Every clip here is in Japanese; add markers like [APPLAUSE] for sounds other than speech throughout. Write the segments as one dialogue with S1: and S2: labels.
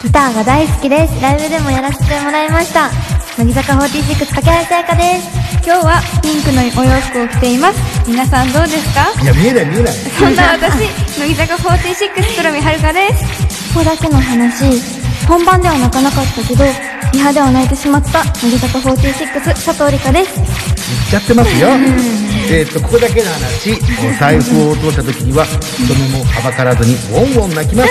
S1: スターが大好きです。ライブでもやらせてもらいました。乃木坂46竹原彩香です。
S2: 今日はピンクのお洋服を着ています皆さんどうですか
S3: いや、見えない見えない。
S2: そんな
S1: [LAUGHS]
S2: 私乃木坂46黒見遥です
S1: ここだけの話、本番では泣かなかったけど、リハでは泣いてしまった乃木坂46佐藤理香です。
S3: 言っちゃってますよ。えっと、ここだけの話、お財布を落とした時には、人目もはばからずに、ウォンウォン泣きます。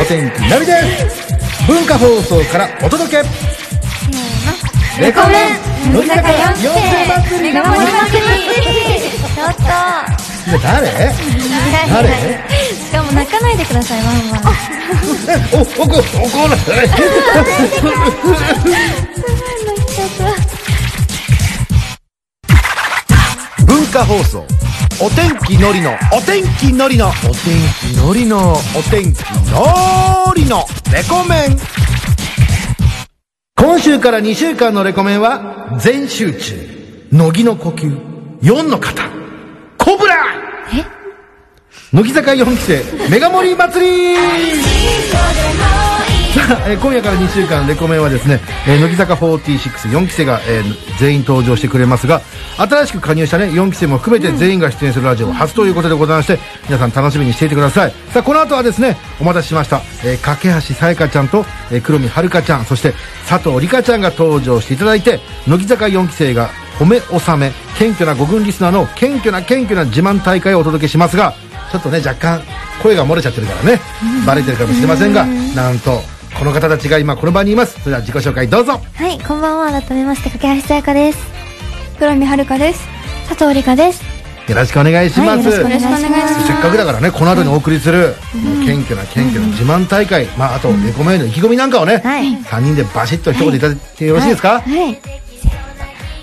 S3: お天気ナビです。文化放送からお届け。レコメン乃木坂40祭り
S2: メガ盛り祭
S1: ちょっと
S3: 誰誰
S1: しかも泣かないでください、ワンワン。
S3: お、おこ、怒らない。
S4: 文化放送お天気のりのお天気のりのお天気のりのお天気のりのレコメン
S3: 今週から2週間のレコメンは、全集中、乃木の呼吸、4の方、コブラ乃木坂4期生、メガ盛り祭りさあ、えー今夜から2週間のレコメンはですね、えー乃木坂464期生が、えー全員登場してくれますが、新しく加入したね、4期生も含めて全員が出演するラジオ初ということでございまして、皆さん楽しみにしていてください。さあ、この後はですね、お待たせしました、えー、架橋さやかちゃんと、えー黒見はるかちゃん、そして佐藤里香ちゃんが登場していただいて、乃木坂4期生が褒め納め、謙虚な5軍リスナーの謙虚な謙虚な自慢大会をお届けしますが、ちょっとね、若干声が漏れちゃってるからね、バレてるかもしれませんが、なんと、この方たちが今この場にいます。それでは自己紹介どうぞ。
S1: はい、こんばんは。改めまして、架橋さやかです。
S2: 黒見遥です
S1: 佐藤理香です。
S3: よろしくお願いしま
S1: は
S3: す。
S1: いよろしくお願いします
S3: せっかくだからね、この後にお送りする、謙虚な謙虚な自慢大会、まあ、あと、レコメンへの意気込みなんかをね、
S1: はい
S3: 3人でバシッと一言いただいてよろしいです
S1: は
S3: か、
S1: い。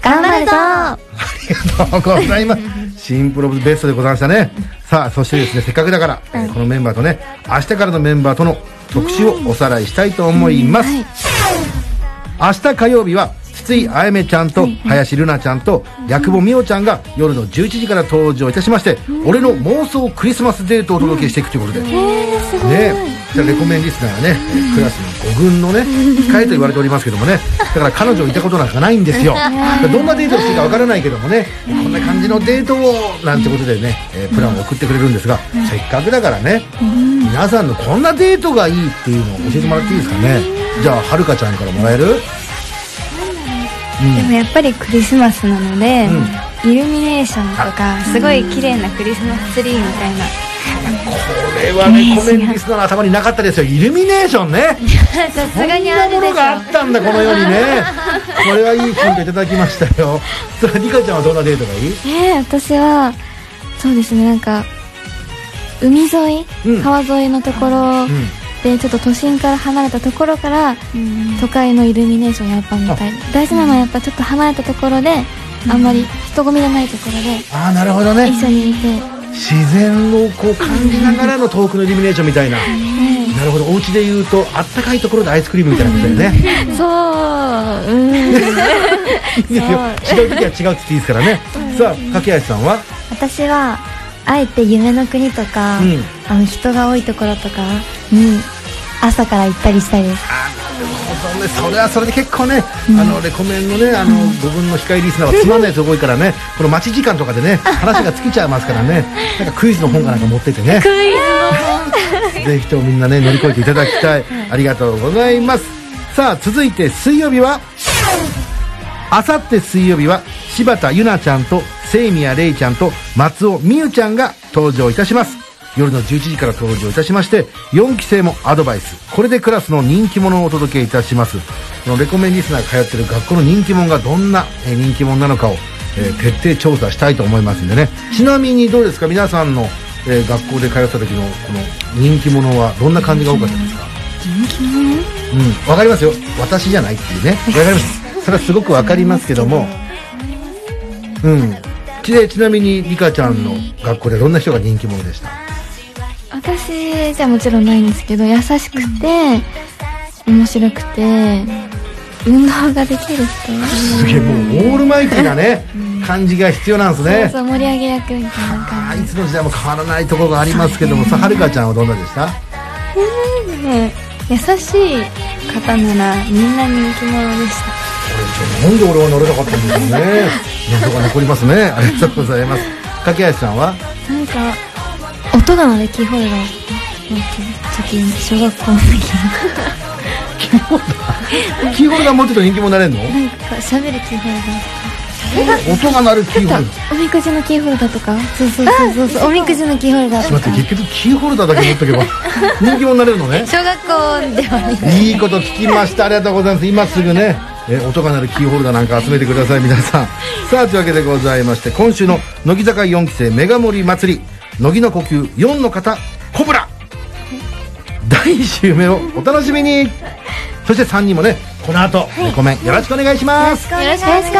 S1: 頑張るぞ
S3: ありがとうございます。シンプルオブベストでございましたね。さあ、そしてですね、せっかくだから、えーこのメンバーとね、明日からのメンバーとの特集をおさらいしたいと思います。明日火曜日は、筒井あやめちゃんと、林瑠奈ちゃんと、八久保美桜ちゃんが夜の11時から登場いたしまして、俺の妄想クリスマスデートをお届けしていくということで。ねじゃあレコメンリスナーがね、クラスの5軍のね、控えと言われておりますけどもね、だから彼女いたことなんかないんですよ。どんなデートをしていいかわからないけどもね、こんな感じのデートを、なんてことでね、えープランを送ってくれるんですが、せっかくだからね、皆さんのこんなデートがいいっていうのを教えてもらっていいですかね。じゃあ、はるかちゃんからもらえる
S2: でもやっぱりクリスマスなので、イルミネーションとかすごい綺麗なクリスマスツリーみたいな
S3: これはね、コメンリスナーの頭になかったですよ。イルミネーションね。
S1: さすが
S3: こん
S1: に
S3: な
S1: ある
S3: も
S1: でし
S3: の
S1: ょ。
S3: があったんだ、この世にね。これはいいヒントいただきましたよ。さあ、リカちゃんはどんなデートがいい
S1: えー、私は、そうですね、なんか、海沿い、
S3: うん
S1: 川沿いのところ
S3: ん
S1: で、ちょっと都心から離れたところから、都会のイルミネーションやっぱ見たい。大事なのはやっぱちょっと離れたところで、あんまり人混みがないところで、
S3: ああ、なるほどね。
S1: 一緒にいて、
S3: 自然をこう感じながらの遠くのイルミネーションみたいな。なるほど、お家で言うと、あったかいところでアイスクリームみたいなことだよね。
S1: そう、うん。 [LAUGHS]
S3: いいですよ。違う時は違うって言っていいですからね。さあ、掛橋さんは
S1: 私は、あえて夢の国とか、
S3: うん
S1: あの人が多いところとかに、朝から行ったりしたいです。
S3: そうね、それはそれで結構ね、あのレコメンのね、あの5分の控えリスナーはつまんない人多いからね、この待ち時間とかで [LAUGHS] ね、話が尽きちゃいますからね、なんかクイズの本かなんか持っててね、クイズの本 [LAUGHS] ぜひともみんなね、乗り越えていただきたい、ありがとうございます。さあ、続いて水曜日は、あさって水曜日は柴田ゆなちゃんと清宮れいちゃんと松尾美優ちゃんが登場いたします夜の11時から登場いたしまして4期生もアドバイスこれでクラスの人気者をお届けいたしますこのレコメンリスナーが通ってる学校の人気者がどんなえー人気者なのかを、えー徹底調査したいと思いますんでねちなみにどうですか皆さんの、えー学校で通った時のこの人気者はどんな感じが多かったですかうん、わかりますよ。私じゃないって [LAUGHS] いうね。わかります。それはすごくわかりますけども。うん。ちでちなみに、リカちゃんの学校でどんな人が人気者でした
S1: 私じゃもちろんないんですけど優しくて、面白くて運動ができる人
S3: すげえ、もうオールマイティなね、感じが必要なんです
S1: そう
S3: ね。
S1: そう盛り上げ役みたいな
S3: あ
S1: 感
S3: ーいつの時代も変わらないところがありますけども、さ、はるかちゃんはどんなでした
S2: ね優しい方ならみんな人気者でした
S3: なんで俺は乗れなかったんだろうね [LAUGHS] 謎が残りますねありがとうございます掛橋さんは
S1: なんか音がのでキーホルダーを持って貯金小学校の時
S3: キーホルダー持ってると人気もなれんの
S1: のなんか喋るキーホルダー
S3: 音が鳴るキーホルダー
S1: おみくじのキーホルダーとかそうそうそうそうそうおみくじのキーホルダー
S3: ちょ
S1: と
S3: っと
S1: か
S3: 待って結局キーホルダーだけ持っとけば人気者になれるのね
S1: 小学校ではい
S3: いこと聞きましたありがとうございます今すぐねえ音が鳴るキーホルダーなんか集めてください皆さんさあというわけでございまして今週の乃木坂4期生メガ盛り祭り乃木の呼吸4の方コブラ第1週目をお楽しみにそして3人もねこの後、レコメンよろしくお願いします
S1: よろしくお願いしま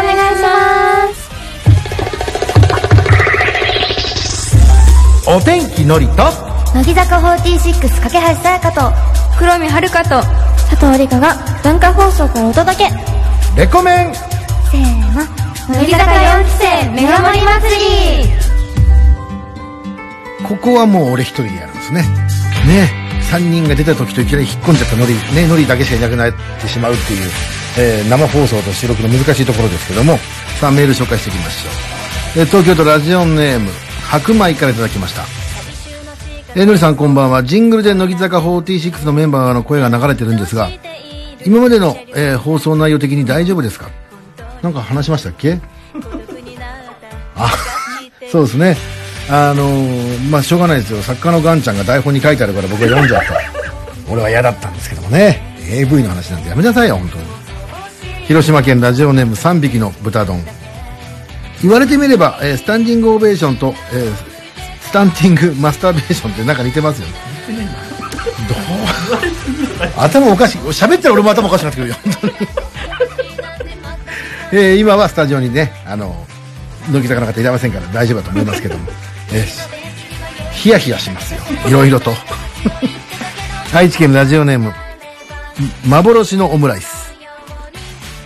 S1: す
S4: お天気のりと
S1: 乃木坂46架橋さやかと
S2: 黒見遥と
S1: 佐藤理香が文化放送からお届け
S4: レコメン
S1: せーの乃木坂4期生メガ盛り祭り
S3: ここはもう俺一人でやるんですね。ね3人が出た時といきなり引っ込んじゃったノリ、ね、ノリだけしかいなくなってしまうっていう、えー生放送と収録の難しいところですけども、さあメール紹介していきましょう。えー東京都ラジオネーム、白米からいただきました。えーのりさんこんばんは。ジングルで乃木坂46のメンバーの声が流れてるんですが、今までの、えー放送内容的に大丈夫ですかなんか話しましたっけあ、そうですね。あのーまあ、しょうがないですよ。作家のガンちゃんが台本に書いてあるから僕は読んじゃった。 [LAUGHS] 俺は嫌だったんですけどもね。AV の話なんてやめなさいよ、本当に。広島県ラジオネーム3匹の豚丼。言われてみれば、えースタンディングオベーションと、えースタンディングマスターベーションってなんか似てますよね。どう [LAUGHS] 頭おかしい。喋ったら俺も頭おかしくなってくるよ、本当に。えー今はスタジオにね、あの、乃木坂の方いらませんから大丈夫だと思いますけども、えー、ヒヤヒヤしますよ。いろいろと。 [LAUGHS] 愛知県ラジオネーム、幻のオムライス。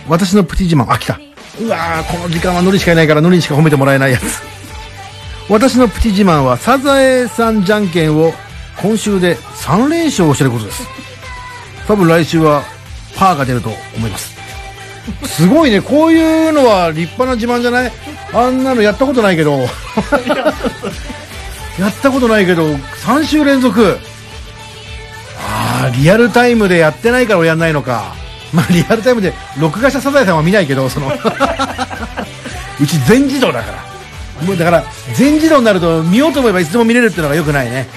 S3: 私のプチ自慢、あ、来た。うわーこの時間はノリしかいないからノリにしか褒めてもらえないやつ。私のプチ自慢はサザエさんじゃんけんを今週で3連勝してることです。多分来週はパーが出ると思います。すごいね、こういうのは立派な自慢じゃないあんなのやったことないけど。やったことないけど、3週連続。ああ、リアルタイムでやってないからやんないのか。まあ、リアルタイムで、録画したサザエさんは見ないけど、その。うち全自動だから。もうだから、全自動になると見ようと思えばいつでも見れるってのが良くないね。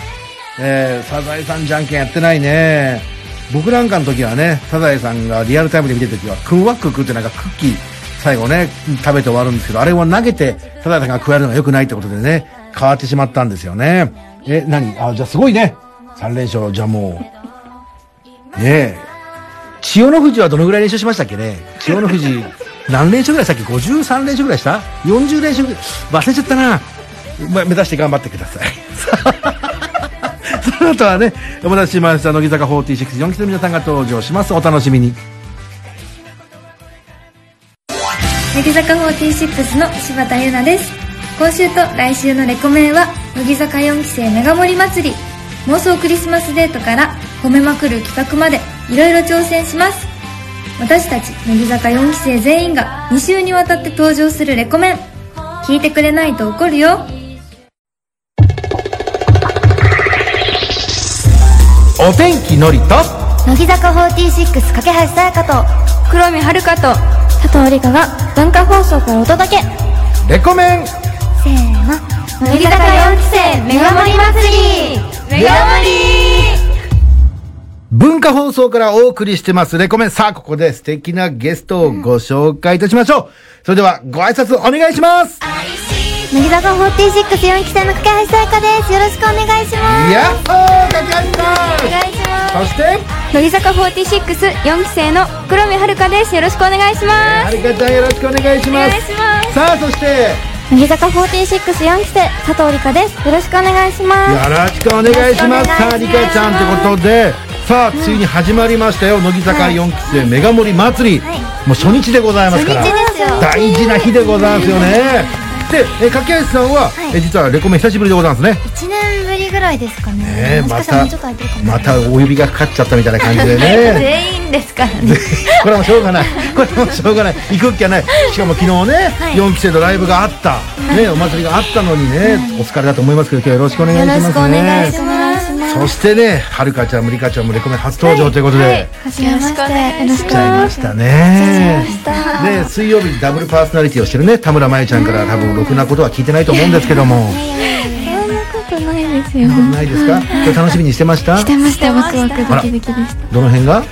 S3: えー、サザエさんじゃんけんやってないね。僕なんかの時はね、サザエさんがリアルタイムで見てる時は、クンワッククってなんかクッキー、最後ね、食べて終わるんですけど、あれは投げて、サザエさんが加えるのが良くないってことでね、変わってしまったんですよね。え、何あ、じゃあすごいね。3連勝、じゃあもう。ねえ。千代の富士はどのぐらい練習しましたっけね千代の
S2: [LAUGHS]
S3: 富士、何連勝ぐらいしたっけ ?53 連勝ぐらいした ?40 連勝ぐらい忘れちゃったな。ま目指して頑張ってください。 [LAUGHS] その後はね、お待たせしました。乃木坂46、4期生の皆さんが登場します。お楽しみに。
S2: 乃木坂46の柴田優奈です今週と来週のレコメンは乃木坂4期生メガ盛り祭り妄想クリスマスデートから褒めまくる企画までいろいろ挑戦します私たち乃木坂4期生全員が2週にわたって登場するレコメン聞いてくれないと怒るよ
S4: お天気のりと
S1: 乃木坂46架橋さやかと
S2: 黒見遥と
S1: 佐藤理香が文化放送からお届け
S4: レコメン
S1: せーの乃木坂4期生メガ盛り祭り
S2: メガ盛り
S3: 文化放送からお送りしてます。レコメン。さあ、ここで素敵なゲストをご紹介いたしましょう。それでは、ご挨拶お願いします。
S1: 乃木坂464期生の架橋さやかですよろしくお願いします
S3: やっほーかけあ
S1: お願いします
S3: さんそして、
S2: 乃木坂464期生の黒見遥ですよろしくお願いしま
S3: はるかちゃんよろしくお願いしま
S2: お
S3: す。
S2: 願いしま
S3: さあ、そして、
S1: 乃木坂464期生佐藤理香ですよろしくお願いします
S3: よろしくお願いし
S1: よろしくお願いしま
S3: ます。
S1: す
S3: さあ、りかちゃんってことで、さあ、ついに始まりましたよ。乃木坂4期生メガ盛り祭り。
S1: はい
S3: もう初日でございますから。
S1: 初日ですよ
S3: 大事な日でございますよね。で、え、かけあしさんは、
S1: はい
S3: え、実はレコメン久しぶりでございますね。
S1: 1年ぶりぐらいですかね
S3: ね
S1: もし
S3: ま
S1: かしたら
S3: た
S1: もうちょっと空いてるかも
S3: またお指がかかっちゃったみたいな感じで
S1: [LAUGHS]
S3: ね
S2: 全員ですからね
S3: [LAUGHS] これはもうしょうがないこれはもうしょうがない行くっきゃないしかも昨日ね、
S1: はい
S3: 4期生のライブがあった、ね、お祭りがあったのにね、お疲れだと思いますけど今日はよろしくお願いし
S1: よ
S3: ま
S1: ろ
S3: す
S1: し
S3: ね
S1: くお願いします。
S3: そしてね、はるかちゃん、むりかちゃんもレコメン初登場ということで、
S1: はじめまして、よろしくお
S3: 来ちゃい
S1: 願
S3: ま
S1: いし
S3: し
S1: ます。
S3: たね。
S1: た
S3: で、水曜日にダブルパーソナリティをしてるね、田村真由ちゃんから多分ろくなことは聞いてないと思うんですけども、
S1: そんなことないですよ。
S3: ないですか今日楽しみにしてました
S1: してました、ワクワクドキドキでした。
S3: どの辺が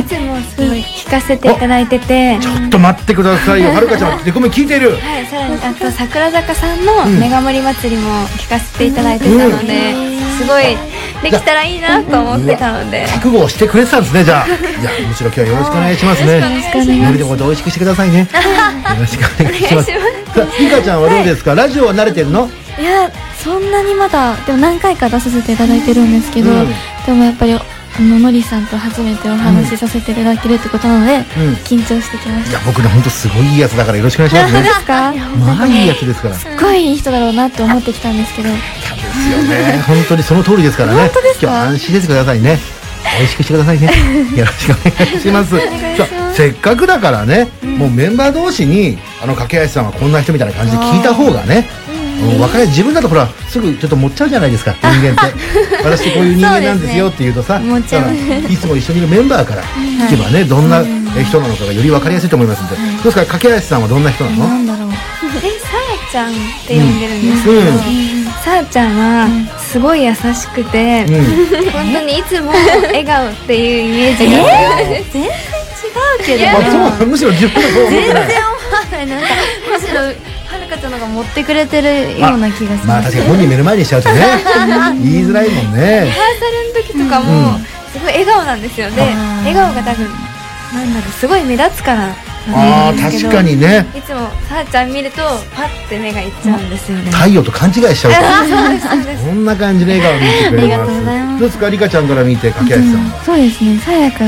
S2: すごい聞かせていただいてて
S3: ちょっと待ってくださいよ、はるかちゃん、レコメン聞いてる
S5: はい、さらにあと桜坂さんのメガ盛り祭りも聞かせていただいてたので、すごいできたらいいなと思ってたので、
S3: 覚悟をしてくれてたんですね、じゃあ。いや、むしろ今日はよろしくお願いしますね。よろしくお願いします。のりのこと美味しくしてくださいね。よろしくお願いします。さあ、りかちゃんはどうですかラジオは慣れてるの
S1: いや、そんなにまだ、でも何回か出させていただいてるんですけど、
S3: うん
S1: でもやっぱり、あののりさんと初めてお話しさせていただけるってことなので、
S3: うん
S1: 緊張してきまし
S3: い
S1: た。
S3: や、僕ね、ほんとすごいいいやつだからよろしくお願いします [LAUGHS]
S1: どう
S3: ね
S1: で。すか
S3: まあいいやつですから。
S1: すっごいいい人だろうなって思ってきたんですけど、
S3: ですよね。本当にその通りですからね。今日は安心してくださいね。美味しくしてくだ [LAUGHS] さいね。よろしくお願いします。さあせっかくだからね、もうメンバー同士にあの掛け橋さんはこんな人みたいな感じで聞いた方がね。もう若い自分だとほらすぐちょっと持っちゃうじゃないですか人間って [LAUGHS] 私こういう人間なんですよって言うとさ
S5: そうですね
S3: だからいつも一緒にいるメンバーから聞けばねどんなえ人なのかがより分かりやすいと思いますんでどうですか掛け橋さんはどんな人なの
S1: なんだろう。
S5: え、さあちゃんって呼んでるんですけど、さあちゃんはすごい優しくて、
S3: うん
S5: 本当にいつも笑顔っていうイメージがあるんです。全然違うけど
S3: あそうなのむしろ自分の方が思ってない
S5: はいなんかむしろはるかちゃんの方が持ってくれてるような気がし
S3: ま
S5: ま
S3: あ
S5: す。
S3: 確かに本人目の前にしちゃうとね
S5: [LAUGHS]
S3: 言いづらいもんね
S5: リハーサルの時とかも、すごい笑顔なんですよね笑顔が多分なんだろうすごい目立つから
S3: あ
S5: なん
S3: あ
S5: ですけ
S3: 確
S5: ど
S3: かにね
S5: いつもさあちゃん見るとパッて目がいっちゃうんですよね、
S3: 太陽と勘違いしちゃう
S5: [LAUGHS] そうですそうで
S3: とこんな感じで笑顔を見てくれます
S5: ありがとうございます
S3: どうですかリカちゃんから見て掛橋さんは
S1: そうですね、さやか、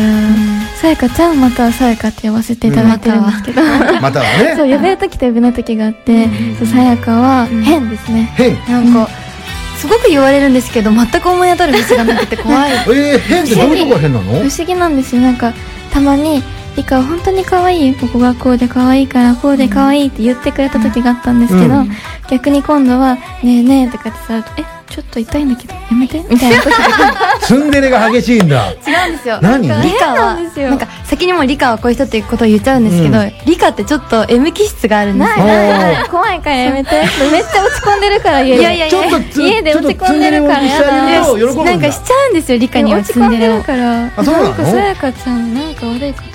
S1: さやかちゃんまたはさやかって呼ばせていただいてるんですけど、
S5: [LAUGHS]
S3: または
S1: そ
S3: ね
S1: う呼べる時と呼べない時があって、そうさやかは変ですね、
S3: 変
S5: すなんかすごく言われるんですけど全く思い当たる道がなくて怖い [LAUGHS]
S3: えー、変ってどういうとこが変なの
S1: 不思議なんですよなんかたまに「リカは本当に可愛いここがこうで可愛いからこうで可愛いって言ってくれた時があったんですけど、
S3: う
S1: 逆に今度は「ねえねえ」とかってさえちょっと痛いんだけどやめて」みたい
S5: [LAUGHS]
S1: な時が
S3: ツンデレが激しいんだ
S5: 違うんですよ
S3: 何
S5: なんか理科は
S1: 変なんですよ
S5: なんか先にも理科はこういう人っていうことを言っちゃうんですけど、
S3: う
S5: 理科ってちょっと M 気質があるんですよ
S3: あ
S1: [LAUGHS] 怖いからやめてめっちゃ落ち込んでるから家で
S5: いやいや
S3: ーちょっとつ
S1: 家で
S3: ちょっと
S1: 落ち込んでるから
S3: ツンデレをしてあげよう喜ぶんだ
S5: なんかしちゃうんですよ理科には
S1: 落ち込んでるから
S3: あそうなの
S1: んかさやかちゃんなんか悪いこと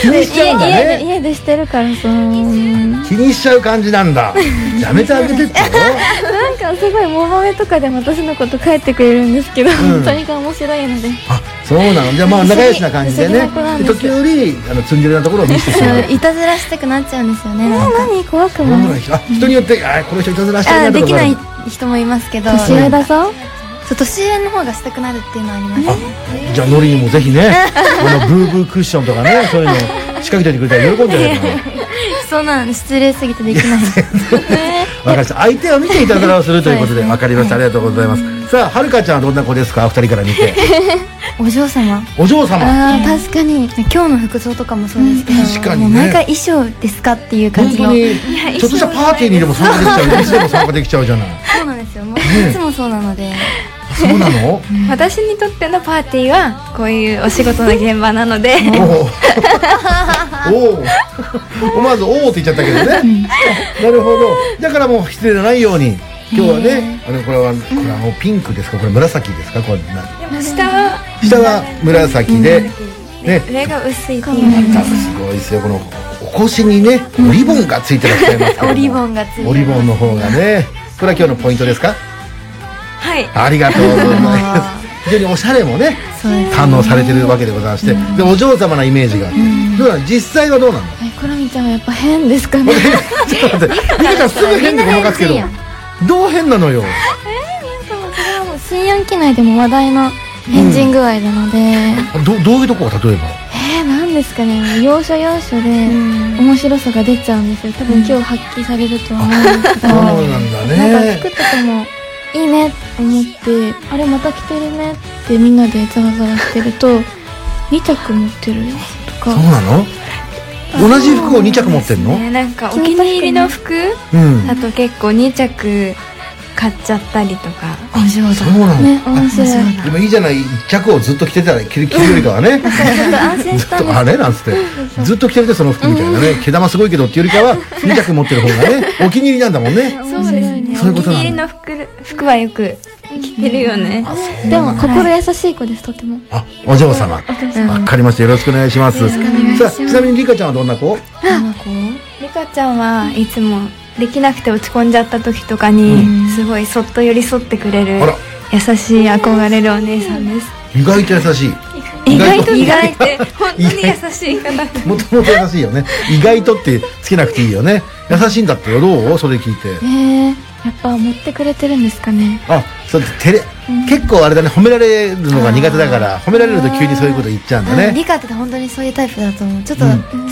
S3: 気にしちゃうんだ
S1: 家で
S3: ね
S1: 家でしてるからそのうん
S3: 気にしちゃう感じなんだやめてあげてってよ
S1: なんかすごいモモメとかでも私のこと書いてくれるんですけど、
S3: ん
S1: それが面白いので
S3: あそうなのじゃあまあ仲良しな感じで
S1: 不
S3: ね
S1: 思議な子なん
S3: で
S1: です
S3: 時折あのツンデレなところを見せてしまう
S5: いたずらしたくなっちゃうんですよねなんか
S1: 何怖く
S3: なんだ
S1: な
S3: ろう
S1: い
S3: あ人によってあーこの人いたずらしてる
S5: あ
S3: な
S5: ー
S3: とか
S5: できない人もいますけど
S1: 年上だぞ
S5: そう年上の方がしたくなるっていうのはありますね
S3: じゃあノリにもぜひ
S5: [LAUGHS]
S3: ねこのブーブークッションとかねそういうの仕掛けておいてくれたら喜んでる
S5: [LAUGHS] そんなん失礼すぎてでき
S1: [LAUGHS]
S5: ない
S3: わかりました相手を見ていたずらをするということでわかりましたありがとうございますさあはるかちゃんはどんな子ですかお二人から見
S5: [LAUGHS]
S3: て
S5: お嬢様
S3: お嬢様
S5: あー確かに今日の服装とかもそうですけど、
S3: 確かにね
S5: もう毎回衣装ですかっていう感
S3: 本当
S5: じの
S3: にちょっとしたパーティーにでも参加できちゃうイギリスでも参加できちゃうじゃない
S5: そうなんですよもういつもそうなので、
S3: あそうなの
S5: 私にとってのパーティーはこういうお仕事の現場なので
S3: おおおお思わず「おお」って言っちゃったけどねなるほどだからもう失礼のないように今日はねあのこれはこれはもうピンクですかこれ紫ですかこれな
S5: 下は
S3: 下は紫でね
S5: 上が薄いって
S3: ま
S5: いう
S3: たすごいですよこのお腰にねおリボンがついてらっしゃいますけども
S5: おリボンがついてます
S3: おリボンの方がねこれは今日のポイントですか
S5: はい
S3: ありがとうございます非常におしゃれもね堪能されてるわけでございましてでお嬢様なイメージがあってどうなの実際はどうなの
S1: えコラミちゃんはやっぱ変です
S3: [LAUGHS]
S1: かね
S3: ちょっと待ってリカちゃんすぐ変でごまかすけど
S1: みんな
S3: どう変なのよ
S1: 水曜機内でも話題の変人具合なので、
S3: どどういうとこが例えば
S1: えー、なんですかねもう要所要所で面白さが出ちゃうんですよ多分今日発揮されると思うんですけど、
S3: そうなん
S1: な
S3: だ
S1: んか
S3: ね
S1: 服とかもいいねって思ってあれまた着てるねってみんなでざわざわしてる [LAUGHS] と2着持ってるよとか
S3: そうなの同じ服を2着持ってんの
S5: ねなんかお気に入りの服
S3: うん
S5: だと結構2着買っちゃったりとか
S1: 面白い
S3: そうなの、
S1: ね面白い
S3: あでもいいじゃない1着をずっと着てたら着る着るよりかは [LAUGHS]
S1: ち
S3: ね
S1: ょっと安心 [LAUGHS]
S3: ず
S1: し
S3: った
S1: んで
S3: とあれなんつってずっと着てるでその服みたいなね毛玉すごいけどっていうよりかは2着持ってる方が [LAUGHS] ねお気に入りなんだもんね
S1: すそうですね
S3: そういう
S5: お
S3: こ
S5: 気
S3: とな
S5: に入り
S3: んだ
S5: の服服はよく着てるよね
S1: でも心優しい子ですとても
S3: あお嬢様わかりましたよろしくお願いしますさあちなみにリカちゃんはどんな子
S5: リカちゃんはいつもできなくて落ち込んじゃった時とかにすごいそっと寄り添ってくれる
S3: あら
S5: 優しい憧れるお姉さんです
S3: 意外と優しい
S5: 意外
S3: 意
S5: と意外って本当に
S3: 意外
S5: 優しい方
S3: もともと優しいよね意外とってつけなくていいよね優しいんだってよどうそれ聞いて
S1: えー、やっぱ持ってくれてるんですかね
S3: あそうてれ結構あれだね褒められるのが苦手だから褒められると急にそういうこと言っちゃうんだ
S6: うん
S3: ね
S6: リカって本当にそういうタイプだと思うちょっと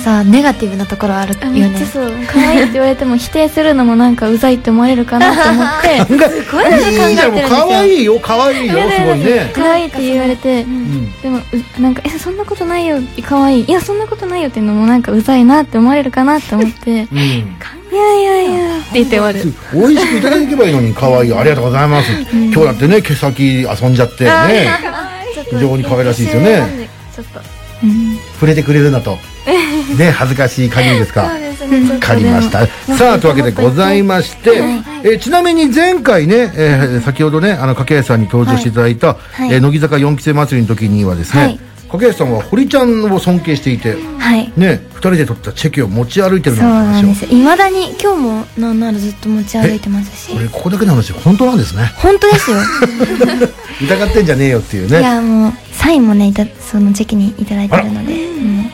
S6: さ、ネガティブなところあるよ
S1: あ
S6: ね
S1: めっちゃそう可愛いって言われても否定するのもなんかうざいって思われるか [LAUGHS] なと思って
S3: すごいいいじゃんもう可愛いよ可愛いよすごいね
S1: 可愛いって言われて、でもうなんか「えそんなことないよ」可愛いいやそんなことないよ」っていうのもなんかうざいなって思われるかなって思って
S3: うんうん
S1: 「いやいやいや」って言って終わる
S3: 美味しくいただけばいいのに可愛いありがとうございます、今日だってね毛先遊んじゃってね非常に可愛らしいですよね
S1: ちょっと
S3: 触れてくれるなとね恥ずかしい限りですか
S1: そうですねちょっと
S3: わかりましたさあというわけでございまして、えーちなみに前回ね、えー先ほどねあの掛橋さんに登場していただいた、えー乃木坂4期生祭りの時にはですね、掛橋さんは堀ちゃんを尊敬していて、
S6: はい
S3: ね2人で取ったチェキを持ち歩いてる
S6: そう
S3: なんて
S6: なんで
S3: 話を
S6: すいまだに今日もなんならずっと持ち歩いてますし
S3: これここだけの話本当なんですね
S6: 本当
S3: [LAUGHS]
S6: ですよ
S3: 疑ってんじゃねえよっていう
S6: い
S3: ね
S6: やもうサインもねいたそのチェキにいただいてるので、うん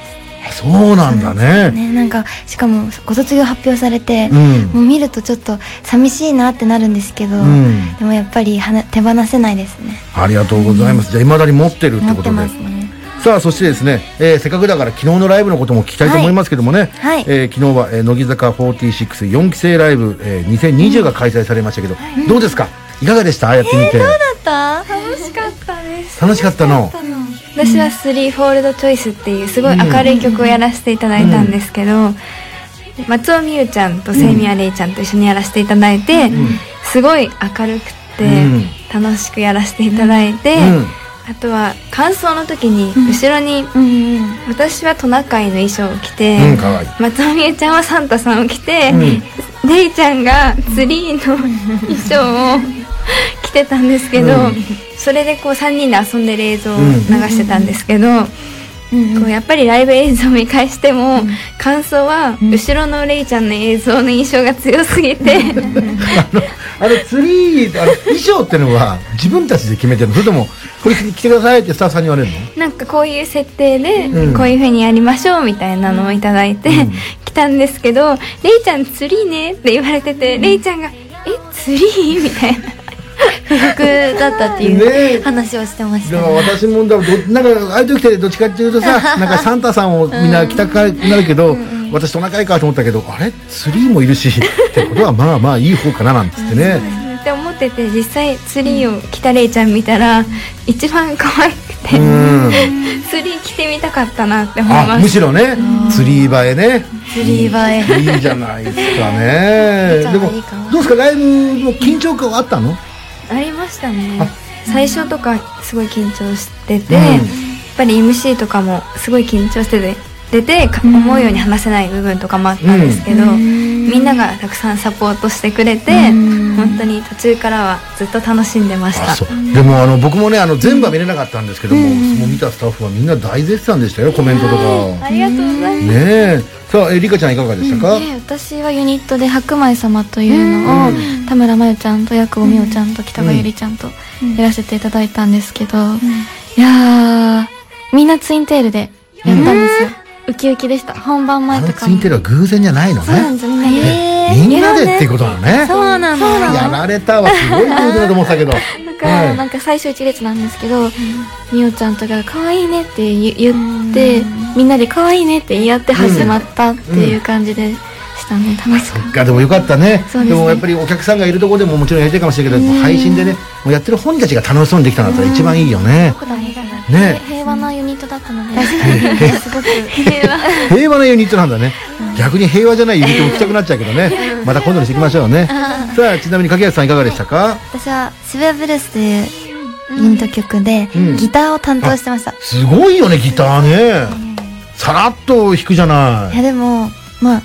S3: あそうなんだね
S6: ねなんかしかもご卒業発表されて、
S3: うん
S6: もう見るとちょっと寂しいなってなるんですけど、
S3: ん
S6: でもやっぱりはな手放せないですね
S3: ありがとうございますじゃあいまだに持ってるってこ
S6: 持って
S3: とで
S6: ますね
S3: さあそしてですね、えーせっかくだから昨日のライブのことも聞きたいと思いますけどもね、
S6: はい
S3: えー昨日は、えー乃木坂464期生ライブ、えー2020が開催されましたけど、どうですかいかがでしたやってみて、
S6: だった
S5: 楽しかったです
S3: 楽しかったの
S5: 私は「スリーフォールドチョイス」っていうすごい明るい曲をやらせていただいたんですけど、松尾美優ちゃんと清宮レイちゃんと一緒にやらせていただいて、すごい明るく
S3: う
S5: て、
S3: ん
S5: 楽しくやらせていただいて、
S3: うん
S5: あとは感想の時に後ろに、私はトナカイの衣装を着て、
S3: うんかわいい
S5: [LAUGHS] 松尾美優ちゃんはサンタさんを着て、レイちゃんがツリーの衣装を着てたんですけど、 [LAUGHS] それでこう3人で遊んでる映像を流してたんですけど、こうやっぱりライブ映像を見返しても、感想は後ろのレイちゃんの映像の印象が強すぎて、
S3: あのツリーあの衣装ってのは自分たちで決めてるのそれともこれ着てくださいってスタッフさんに言われるの
S5: なんかこういう設定で
S3: うん
S5: こういうふうにやりましょうみたいなのをいただいて、来たんですけど「レイちゃん釣りね」って言われてて、レイちゃんが「え釣り?」みたい [LAUGHS] な
S6: 服だったって
S3: ね
S6: い
S3: え
S6: う話をしてまし
S3: で
S6: た
S3: も
S6: ね
S3: 私もだどなんかああいう時ってどっちかっていうとさなんかサンタさんをみんな着たくなるけど、私トナカイかと思ったけどあれツリーもいるしってことはまあまあいい方かななんつってね、
S5: って思ってて実際釣りを着たレイちゃん見たら一番可愛くて、
S3: うん
S5: 釣り着てみたかったなって思い
S3: あ
S5: ま
S3: む
S5: す
S3: しろね釣り映えね
S6: 釣り映え
S3: いいじゃないですかねでも
S6: いいかも
S3: どうですかライブの緊張感はあったの
S5: ありましたね最初とかすごい緊張してて、
S3: うん
S5: やっぱり MC とかもすごい緊張してて出てか思うように話せない部分とかもあったんですけど、みんながたくさんサポートしてくれて、本当に途中からはずっと楽しんでまし
S3: あ
S5: た
S3: そうでもあの僕もねあの全部は見れなかったんですけども、その見たスタッフはみんな大絶賛でしたよコメントとか
S5: ありがとうございます
S3: ねえさあえりかちゃんいかがでしたか、
S1: で私はユニットで「白米様」というのを田村真由ちゃんと薬久保美桜ちゃんと北川ゆりちゃんとやらせていただいたんですけど、いやーみんなツインテールでやったんですよ、ウキウキでした本番
S3: あ
S1: 前
S3: の
S1: とか
S3: ツイン
S1: も
S3: テールは偶然じゃないの
S1: そうなん
S3: ね
S1: ですみんなで
S3: みんなでっていうことなのね
S1: そうなんです
S3: やられたわすごい偶然だと思ってたけど
S1: だからなんか最初一列なんですけど、みおちゃんとかが可愛いねって言言って、みんなで可愛いねって言い合って始まったっていう感じでし
S6: したね楽しかっ
S3: がでもよかったね
S6: そうですね
S3: もやっぱりお客さんがいるところでももちろんやりたいかもしれないけど、配信でねもうやってる本人たちが楽しそうにできたんだったら一番いいよね
S6: た
S3: ね
S6: 平和なユニットだったの
S1: [LAUGHS]
S6: ですごく平和
S3: 平和なユニットなんだね逆に平和じゃないユニットも来たくなっちゃうけどねまた今度にしていきましょうねさあちなみに掛橋さんいかがでしたか
S1: 私は渋谷ブルースというユニット曲で
S3: ん
S1: ギターを担当してました。
S3: すごいよねギターねさらっと弾くじゃない
S1: やでも、まあ、や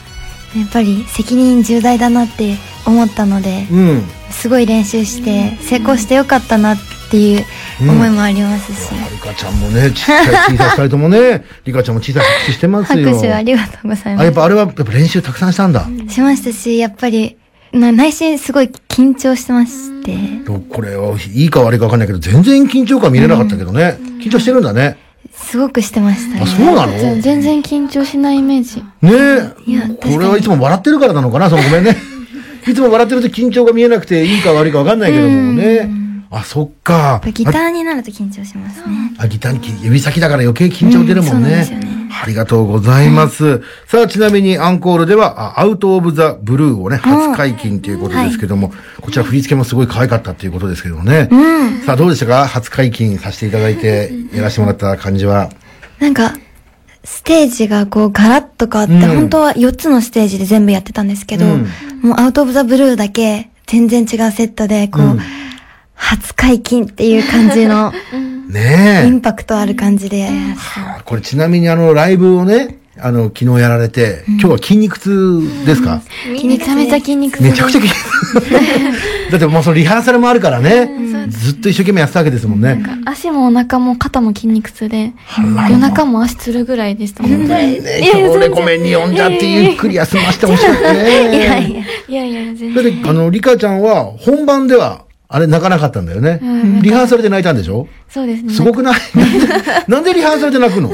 S1: っぱり責任重大だなって思ったので
S3: い、うん
S1: すごい練習して成功してよかったなっていう思いもありますし、
S3: リカちゃんもねちっちゃい小さい二人ともねリカちゃんも小さい拍手してます
S1: 拍
S3: よ
S1: 手ありがとうございま
S3: あやっ
S1: す。
S3: ぱあれはやっぱ練習たくさんしたんだ、
S1: しましたし、やっぱり、な内心すごい緊張してまして、
S3: どこれはいいか悪いか分かんないけど全然緊張感見れなかったけどね、緊張してるんだね
S1: すごくしてました
S3: あ
S1: ね。
S3: そうなの
S6: 全
S3: ね
S6: 然緊張しないイメージ
S3: え
S1: や確かに
S3: これはいつも笑ってるからなのかなそのごめん
S1: [LAUGHS]
S3: ねいつも笑ってると緊張が見えなくていいか悪いか分かんないけどもねあそっか
S1: やっぱギターになると緊張しますね。
S3: あギターにき指先だから余計緊張出るもんね。ありがとうございます。さあ、ちなみにアンコールでは、あアウト・オブ・ザ・ブルーをね、初解禁ということですけども、こちら振り付けもすごい可愛かったということですけどもね。さあ、どうでしたか初解禁させていただいて、やらせてもらった感じは。
S1: なんか、ステージがこうガラッと変わって、
S3: うん
S1: 本当は4つのステージで全部やってたんですけど、
S3: うん
S1: もうアウトオブザブルーだけ全然違うセットで、こう、
S3: うん
S1: 初解禁っていう感じのイ
S3: ね
S1: ンパクトある感じで、
S3: え。はあこれちなみにあの、ライブをね、あの、昨日やられて、今日は筋肉痛ですか、
S6: めちゃめちゃ筋肉
S3: めちゃくちゃ筋肉だってもうそのリハーサルもあるからね、ずっと一生懸命やってたわけですもんね。
S6: 足もお腹も肩も筋肉痛で
S3: あらまあ
S6: 夜中も足つるぐらいでしたもんね
S3: ね、今日レコメンに呼んじゃってゆっくり休ませてほしいね。いやいや。
S6: いやいや全
S3: だ
S6: 然
S3: って、あの、リカちゃんは本番では、あれ泣かなかったんだよね。リハーサルで泣いたんでしょ
S6: そうですね
S3: すごくない [LAUGHS] なんでリハーサルで泣くの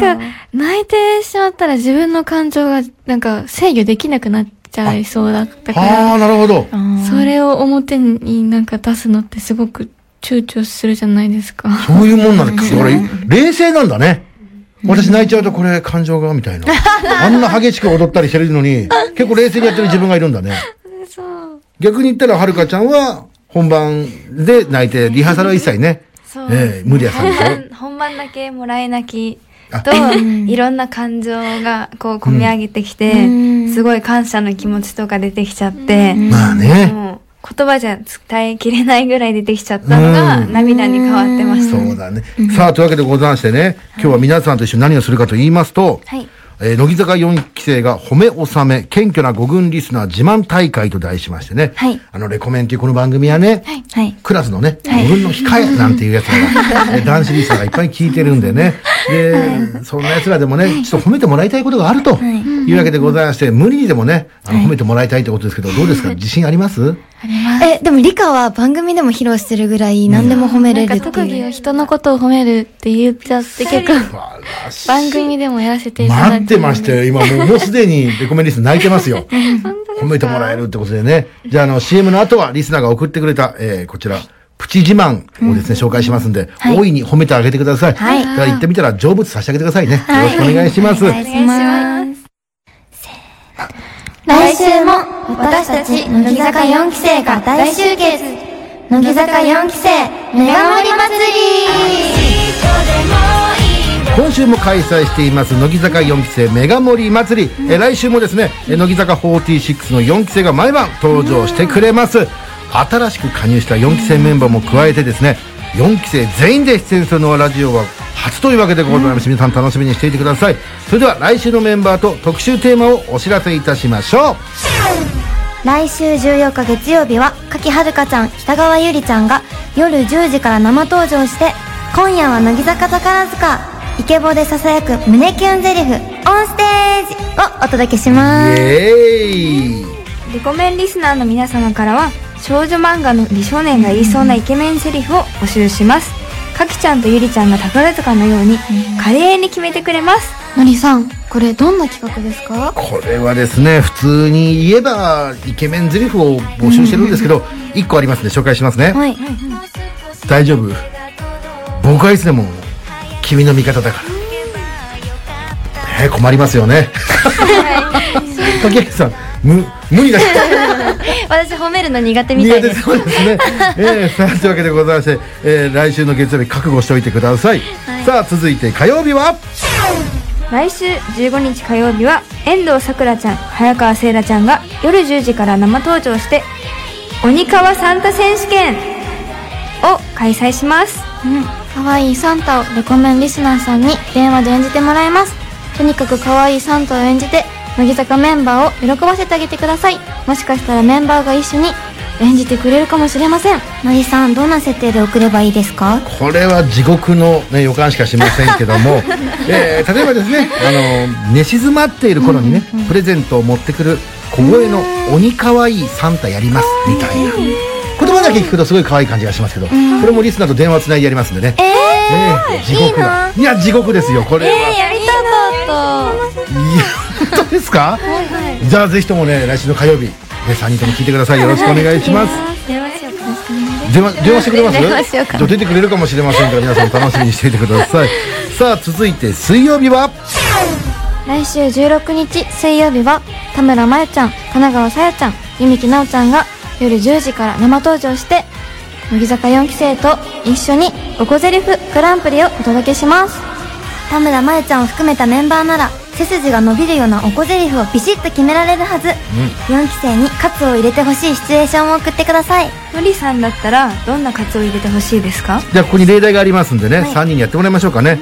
S6: なんか泣いてしまったら自分の感情がなんか制御できなくなっちゃいそうだったから
S3: ああ、なるほど。
S6: それを表になんか出すのってすごく躊躇するじゃないですか。
S3: そういうもんなんだ。だから、冷静なんだね。私泣いちゃうとこれ感情がみた [LAUGHS] いな。あんな激しく踊ったりしてるのに、結構冷静にやってる自分がいるんだね。
S6: そう。
S3: 逆に言ったら、はるかちゃんは本番で泣いて、リハーサルは一切ね、
S5: そう
S3: ええ無理やったんでしょ
S5: 本番 [LAUGHS] 本番だけもらい泣き
S3: あ
S5: といろんな感情がこう込み上げてきて、すごい感謝の気持ちとか出てきちゃって、
S3: まあね。
S5: もう言葉じゃ伝えきれないぐらい出てきちゃったのが
S3: うん
S5: 涙に変わってました、
S3: そうだね。さあ、というわけでございましてね、今日は皆さんと一緒に何をするかと言いますと、えー乃木坂4期生が褒め納め、謙虚な5軍リスナー自慢大会と題しましてね、
S1: はい
S3: あの、レコメンというこの番組はね、
S1: はい。
S3: クラスのね、5軍の控えなんていうやつが、
S1: [LAUGHS]
S3: えー男子リスナーがいっぱい聞いてるんでね、で、そんな奴らでもね、ちょっと褒めてもらいたいことがあるというわけでございまして、無理にでもね、あの褒めてもらいたいってことですけど、ど
S1: [LAUGHS]
S3: うですか自信あります
S1: え、でもリカは番組でも披露してるぐらい何でも褒め
S6: な
S1: れる
S6: んか
S1: って
S6: 特技
S1: い
S6: を
S1: う。
S6: 人のことを褒めるって言っちゃって結構
S3: あらし
S6: 番組でもやらせていただいて。
S3: 待ってましたよ。今もう、もうすでにレコメンリスナー泣いてます [LAUGHS] よ。褒めてもらえるってことでね。じゃあ、あの、CM の後はリスナーが送ってくれた、えー、こちら、プチ自慢をですね、紹介しますんで、大いに褒めてあげてください。はい。だから行ってみたら成仏させてあげてくださいね。よろしくお願いします。
S7: 来週も私たち乃木坂4期生が大集結乃木坂4期生メガ盛り祭
S3: 今週も開催しています乃木坂4期生メガ盛り祭り、えー来週もですね、えー乃木坂46の4期生が毎晩登場してくれます、新しく加入した4期生メンバーも加えてですね4期生全員で出演するのはラジオは初というわけでございます、皆さん楽しみにしていてくださいそれでは来週のメンバーと特集テーマをお知らせいたしましょう
S7: り来週14日月曜日は柿はるかちゃん北川ゆりちゃんが夜10時から生登場して今夜は乃木坂宝塚イケボでささやく胸キュンゼリフオンステージをお届けします
S3: イエーイ
S5: レコメンリスナーの皆様からは少女漫画の美少年が言いそうなイケメンセリフを募集しますかきちゃんとゆりちゃんが宝塚のように華麗に決めてくれます
S6: のりさん、これどんな企画ですか
S3: これはですね普通に言えばイケメンゼリフを募集してるんですけど1個ありますんで紹介しますね、
S7: はい
S3: 大丈夫僕はいつでも君の味方だから、ねえ困りますよね竹内さん無無理だし
S6: 私褒めるの苦手み
S3: 苦
S6: た
S3: 手
S6: いです
S3: そうですね、えーさあというわけでございまして、えー来週の月曜日覚悟しておいてください、さあ続いて火曜日は
S5: 来週15日火曜日は遠藤さくらちゃん早川せいらちゃんが夜10時から生登場して鬼川サンタ選手権を開催します
S1: 可愛いサンタをレコメンリスナーさんに電話で演じてもらいますとにかく可愛いサンタを演じて乃木坂メンバーを喜ばせてあげてくださいもしかしたらメンバーが一緒に演じてくれるかもしれません
S8: 乃木さんどんな設定で送ればいいですか
S3: これは地獄の、ね、予感しかしませんけど [LAUGHS] も、えー例えばですねあの寝静まっている頃にね、プレゼントを持ってくる小声の「鬼かわいいサンタやります」みたいな言葉だけ聞くとすごい可愛い感じがしますけど、これもリスナーと電話つないでやりますんでね、えー地獄だいや地獄ですよこれは、
S6: やりたかっ
S3: いや本当ですか、じゃあぜひともね来週の火曜日ね3人とも聞いてくださいよろしくお願いします電話電話してくれます
S6: 電話しようかな
S3: じゃあ出てくれるかもしれませんから皆さん楽しみにしていてくださいさあ続いて水曜日は
S1: 来週16日水曜日は田村真由ちゃん神奈川さやちゃん弓木奈緒ちゃんが夜10時から生登場して乃木坂4期生と一緒に「おこゼリフグランプリ」をお届けします
S8: 田村真由ちゃんを含めたメンバーなら背筋が伸びるようなおこゼリフをビシッと決められるはず、4期生にカツを入れてほしいシチュエーションを送ってください
S5: のりさんだったらどんなカツを入れてほしいですか
S3: じゃあここに例題がありますんでね、3人にやってもらいましょうかね、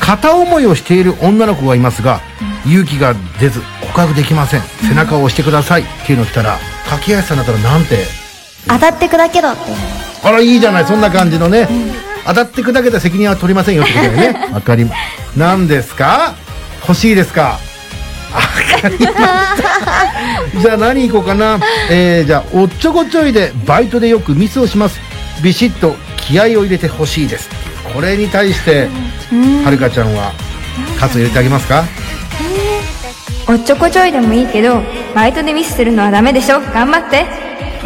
S3: 片思いをしている女の子がいますが、勇気が出ず告白できません背中を押してくださいっていうの来たら柿橋さんだったらなんて
S8: 当たって砕けろっていう
S3: あらいいじゃないそんな感じのね、当たって砕けた責任は取りませんよってことだよねわかりま何ですか欲しいですかわかりましたじゃあ何行こうかな、えー、じゃあおっちょこちょいでバイトでよくミスをしますビシッと気合を入れてほしいですこれに対してはるかちゃんはカツを入れてあげますか
S5: おっちょこちょいでもいいけどバイトでミスするのはダメでしょ頑張って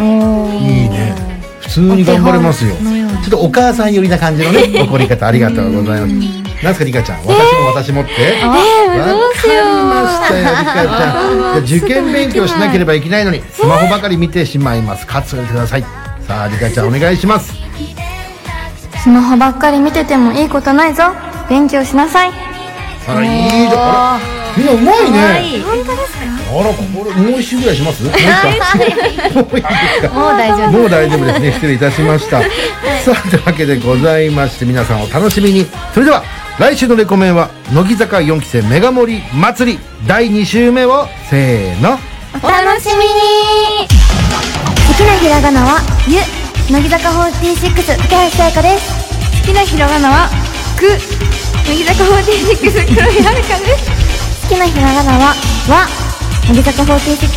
S3: いいね普通に頑張れますよちょっとお母さん寄りな感じの [LAUGHS] ね怒り方ありがとうございますなんすかリカちゃん私も私もってえどうしよかりましたよリカちゃんじゃあ受験勉強しなければいけないのにスマホばかり見てしまいますカツを入れてくださいさあリカちゃんお願いします
S1: スマホばっかり見ててもいいことないぞ勉強しなさい
S3: あらいいじゃんあらみんなうまいねあらこれもう一周ぐらいし [LAUGHS] ますもう一回もういいですか
S6: たもう大丈夫
S3: もう大丈夫です [LAUGHS] ね失礼いたしましたさあというわけでございまして皆さんお楽しみにそれでは来週のレコメンは乃木坂4期生メガ盛り祭り第2週目をせーの
S8: 好きなひらがなは「ゆ」乃木坂46竹橋彩香です
S5: 好きなひらがなはく乃木坂46黒井遥です
S8: 好きなひらがなは「わ」乃木坂46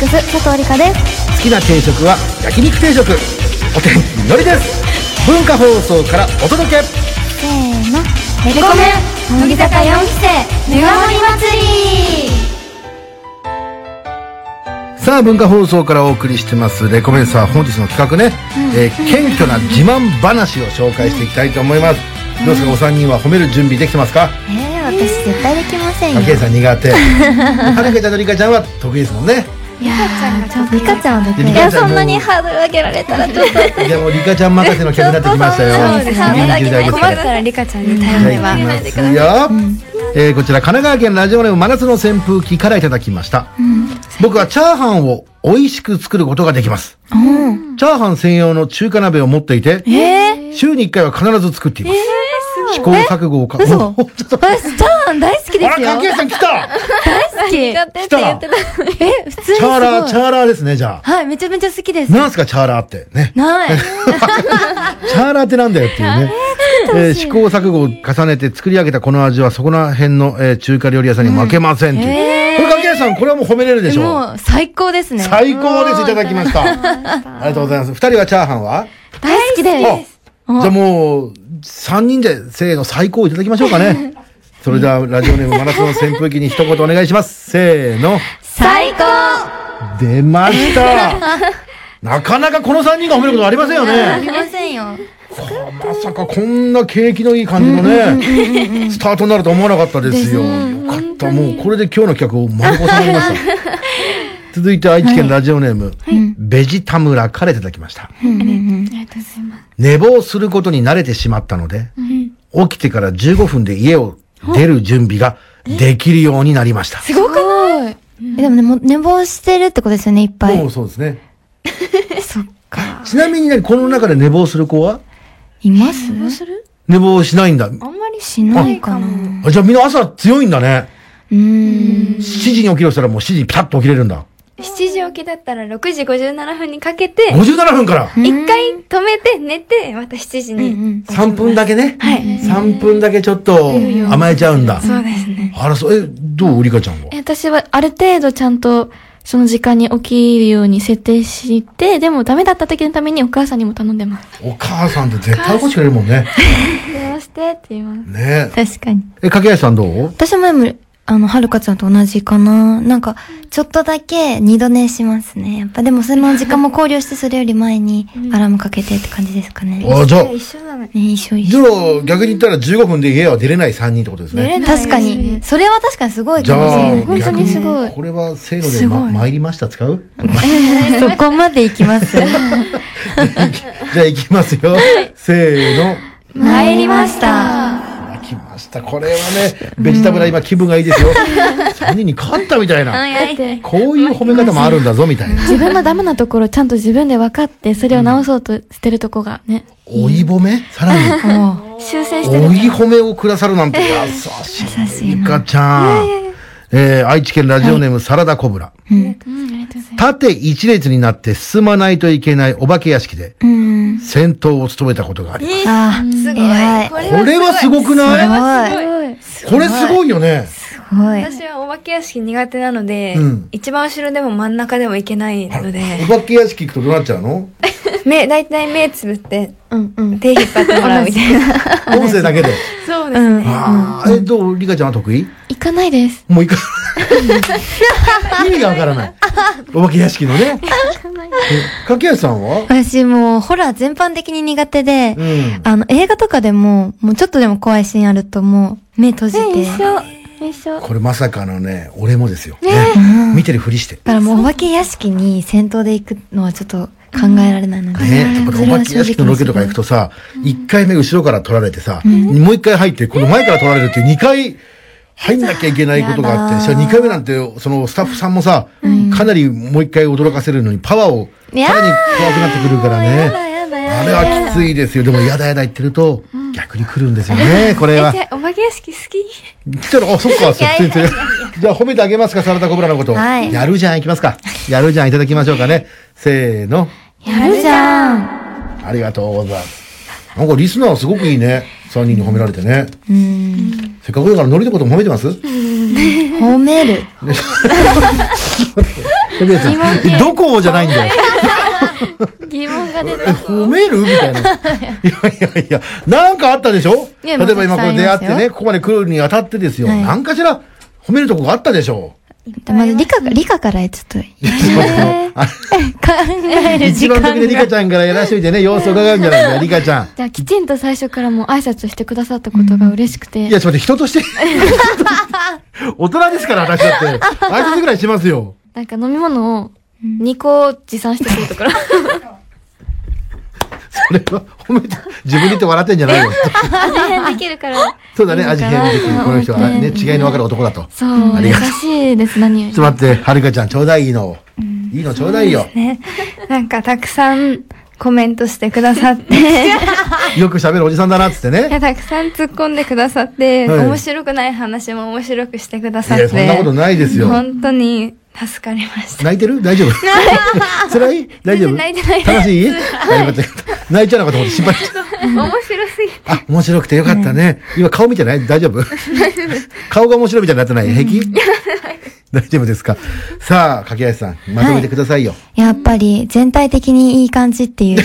S8: 佐藤理香です
S3: 好きな定食は焼肉定食お天気のりです文化放送からお届け
S8: せーのレコメン乃木坂4期生メガ盛り祭り
S3: さあ文化放送からお送りしてますレコメンサー本日の企画ね、えー謙虚な自慢話を紹介していきたいと思います、どうですかお三人は褒める準備できてますか
S8: えー、私絶対できませんよ
S3: 竹内さん苦手
S6: [LAUGHS]
S3: はるかちゃんとりかちゃんは得意ですもんね
S8: リカちゃんは絶
S3: でり
S8: 対
S3: かちゃんも
S6: ハードル上げられたらちょっと
S3: いやもうりかちゃん任せの客になってきましたよ
S6: そうですね
S3: ギリギリ大丈夫で
S5: 困っ
S3: すから
S5: たらリカちゃんに頼
S3: じゃ
S5: む
S3: あ行きますよ、えーこちら神奈川県ラジオネーム真夏の扇風機からいただきました、僕はチャーハンを美味しく作ることができます、チャーハン専用の中華鍋を持っていて、週に1回は必ず作っています、試行錯誤をか、嘘ちょっと
S6: 私チャーハン大好きで
S3: あ
S6: す
S3: ら、関
S6: よ
S3: 係さん来た
S6: 大好き
S3: てって言ってた
S6: え普通
S3: チ
S6: にす
S3: ャーラー、
S6: ご
S3: チ
S6: い
S3: ャーラーですね、じゃあ。
S6: はいめちゃめちゃ好きです
S3: なんすか、チャーラーって。ね。
S6: ない
S3: チャーラーってなんだよっていうね。えー試行錯誤を重ねて作り上げたこの味はそこら辺の、えー中華料理屋さんに負けませんっていう。これ、かけやさん、これはもう褒めれる [LAUGHS] でしょう。
S6: もう最高ですね
S3: 最高です。いただきました。ありがとうございます。二人はチャーハンは
S6: 大好き
S3: あ
S6: で
S3: じ
S6: す
S3: ゃあもう、三人で、せーの、最高をいただきましょうか
S6: [LAUGHS]
S3: ね。それでは、ラジオネーム真夏の扇風機に一言お願いします。せーの。
S6: 最高
S3: 出ま
S6: [LAUGHS]
S3: した。なかなかこの三人が褒めることありませんよね。
S6: いませんよ
S3: まさかこんな景気のいい感じのね、スタートに
S6: [LAUGHS]
S3: なるとは思わなかったですよ。よかった。もうこれで今日の企画を丸ごとまりました。続いて愛知県ラジオネーム、ベジタムラからいただきました。寝坊することに慣れてしまったので、起きてから15分で家を出る準備ができるようになりました。
S6: すごくない
S1: えでもね、もう寝坊してるってことですよね、いっぱ
S3: も。
S1: いう
S3: そうですね。
S1: そっか。
S3: ちなみにね、この中で寝坊する子はい
S1: ます
S3: 寝坊しないんだ。
S5: あんまり
S1: しないかな。
S3: あじゃあみんな朝強いんだね。
S1: うーん。
S3: 7時に起きろしたらもう7時にピタッと起きれるんだ。
S5: 7時起きだったら6時57分にかけて、
S3: 57分から
S5: 一回止めて寝て、また7時に。
S3: 3分だけね。
S5: はい。
S3: 3分だけちょっと甘えちゃうんだ。
S5: そうですね。
S3: あら、そう、え、どうリカちゃんは
S6: え。私はある程度ちゃんとその時間に起きるように設定して、でもダメだった時のためにお母さんにも頼んでます。
S3: お母さんって絶対起こしてくれるもんね。
S6: 電話してって言います。
S3: ねえ。
S1: 確かに。
S3: え、かけやしさんどう
S1: 私もでも、あの、はるかちゃんと同じかな。なんか、ちょっとだけ二度寝しますね。やっぱでもその時間も考慮してそれより前にアラームかけてって感じですかね。ね、
S3: あ、じゃあ、
S5: 一緒なのに。
S1: 一緒一
S3: じ
S1: 緒。
S3: ゃあ逆に言ったら15分で家は出れない3人ってことですね。
S1: 確かに。それは確かにすごい
S3: じ
S1: かもし
S3: ゃ
S1: れ
S3: あ、
S1: ない。
S6: 本当にすごい
S3: 逆これはせーので、ま、参りました使う
S1: [LAUGHS]
S3: [LAUGHS]
S1: そこまで行きます。
S3: じゃあ行きますよ。せーの。
S1: [LAUGHS] 参りました。
S3: 来ました。これはね、ベジタブラ今気分がいい [LAUGHS] ですよ。3人に勝ったみたいな。
S6: だって、
S3: こういう褒め方もあるんだぞみたいな。
S6: 自分のダメなところをちゃんと自分で分かって、それを直そうとしてるとこがね、
S3: 追い褒めさらに。
S6: 修正してる。
S3: 追い褒めをくださるなんて優しい。ゆかちゃん。えー、愛知県ラジオネーム、サラダコブラ。縦一列になって進まないといけないお化け屋敷で、
S1: うん。
S3: 先頭を務めたことがあります。
S1: ああ、
S5: すごい。
S1: 偉い
S5: こ
S3: これはすごくない
S1: すごい。
S3: これすごいよね。
S1: すごい。
S5: 私はお化け屋敷苦手なので、
S3: うん
S5: 一番後ろでも真ん中でも行けないので、
S3: お化け屋敷行くとどうなっちゃうの
S5: [LAUGHS] 目、大体目つぶって、
S1: うんうん。
S5: 手引っ張ってもらう
S3: [LAUGHS]
S5: みたいな。
S3: 音声だけで。
S5: そうですね。
S3: あーえ、どうリカちゃんは得意
S6: 行かないです。
S3: もう行かない。意味がわからない。お化け屋敷のね。えかけやしさんは
S1: 私もうホラー全般的に苦手で、
S3: うん。
S1: あの、映画とかでも、もうちょっとでも怖いシーンあると、もう、目閉じて。だ
S6: 一緒。
S3: これまさかのね、俺もですよ。ね見てるふりして。
S1: からもう、お化け屋敷に先頭で行くのはちょっと考えられないので。
S3: ね、やっぱりお化け屋敷のロケとか行くとさ、1回目後ろから取られてさ、もう1回入って、この前から取られるっていう2回入んなきゃいけないことがあって、そしたら2回目なんて、そのスタッフさんもさ、かなりもう1回驚かせるのにパワーを、さらに怖くなってくるからね。あれはきついですよ。でも、やだやだ言ってると、逆に来るんですよね、これ
S5: [LAUGHS]
S3: は。
S5: お化け屋敷好き
S3: 来たら、あ、そっか、そっちに。じゃあ、褒めてあげますか、サラダコブラのこと。
S1: はい
S3: やるじゃん、行きますか。やるじゃん、いただきましょうかね。せーの。
S1: やるじゃん。
S3: ありがとうございます。なんかリスナーすごくいいね。3人に褒められてね。せっかくだからノリのことも褒めてます
S1: [LAUGHS] 褒める。
S3: 褒めてますどこをじゃない
S1: [LAUGHS]
S3: んだよ。
S6: 疑問が出
S3: え褒めるみ
S1: [LAUGHS]
S3: たいな。いやいやいや、なんかあったでしょ
S1: い
S3: 例
S1: や
S3: えば
S1: まあ
S3: 今こ
S1: たくさんあり
S3: れ出
S1: ま
S3: 会っ
S1: すよ
S3: てね、ここまで来るにあたってですよ。
S1: はい
S3: なんかしら褒めるとこがあったでしょ
S1: まず、理科、理科からちょっと、
S3: う。
S1: [LAUGHS]
S3: あ
S1: 考える
S3: [LAUGHS] 一
S1: 時
S3: 番
S1: 間
S3: 時でリカ
S1: が。
S3: ちゃんからやらしといてね、様子を伺うんじゃないんだよ、リカちゃん。
S6: じゃあ、きちんと最初からもう挨拶してくださったことが嬉しくて。
S3: いや、ちょっと待って、人
S1: [LAUGHS]
S3: として。大人ですから、私だって。挨拶ぐらいしますよ。
S6: なんか飲み物を2個持参してくるところ。
S3: それは褒めて、自分で言って笑ってんじゃないよ。
S6: 味変 [LAUGHS] できるから。
S3: そうだね、味変できる。この人はね、
S6: うん
S3: 違いの分かる男だと。ちょ
S6: [LAUGHS] そう、
S3: り
S6: 優
S3: がと
S6: しいです、何よ
S3: っ
S6: り
S3: と。待って、はるかちゃん、ちょうだいいいのを。いいのちょうだいよ。
S5: [LAUGHS] ね。なんかたくさんコメントしてくださって、
S3: [LAUGHS] よく喋るおじさんだな、っつってね。
S5: たくさん突っ込んでくださって、
S3: はい
S5: 面白くない話も面白くしてくだ
S3: い
S5: さって。
S3: や、そんなことないですよ。
S5: 本当に助かりました。
S3: 泣いてる大丈夫辛い大丈夫
S5: 泣いてない
S3: 楽しいあよかったよかった泣いちゃうのかと思って心配しちゃ
S5: [LAUGHS]
S3: った。
S5: [LAUGHS] 面白すぎて。
S3: あ、面白くてよかったね。今顔見てない大丈夫顔が面白いみたいになってない平気大丈夫ですかさあ、かけやしさん、まとめてくださいよ。
S1: [LAUGHS] やっぱり、全体的にいい感じっていう。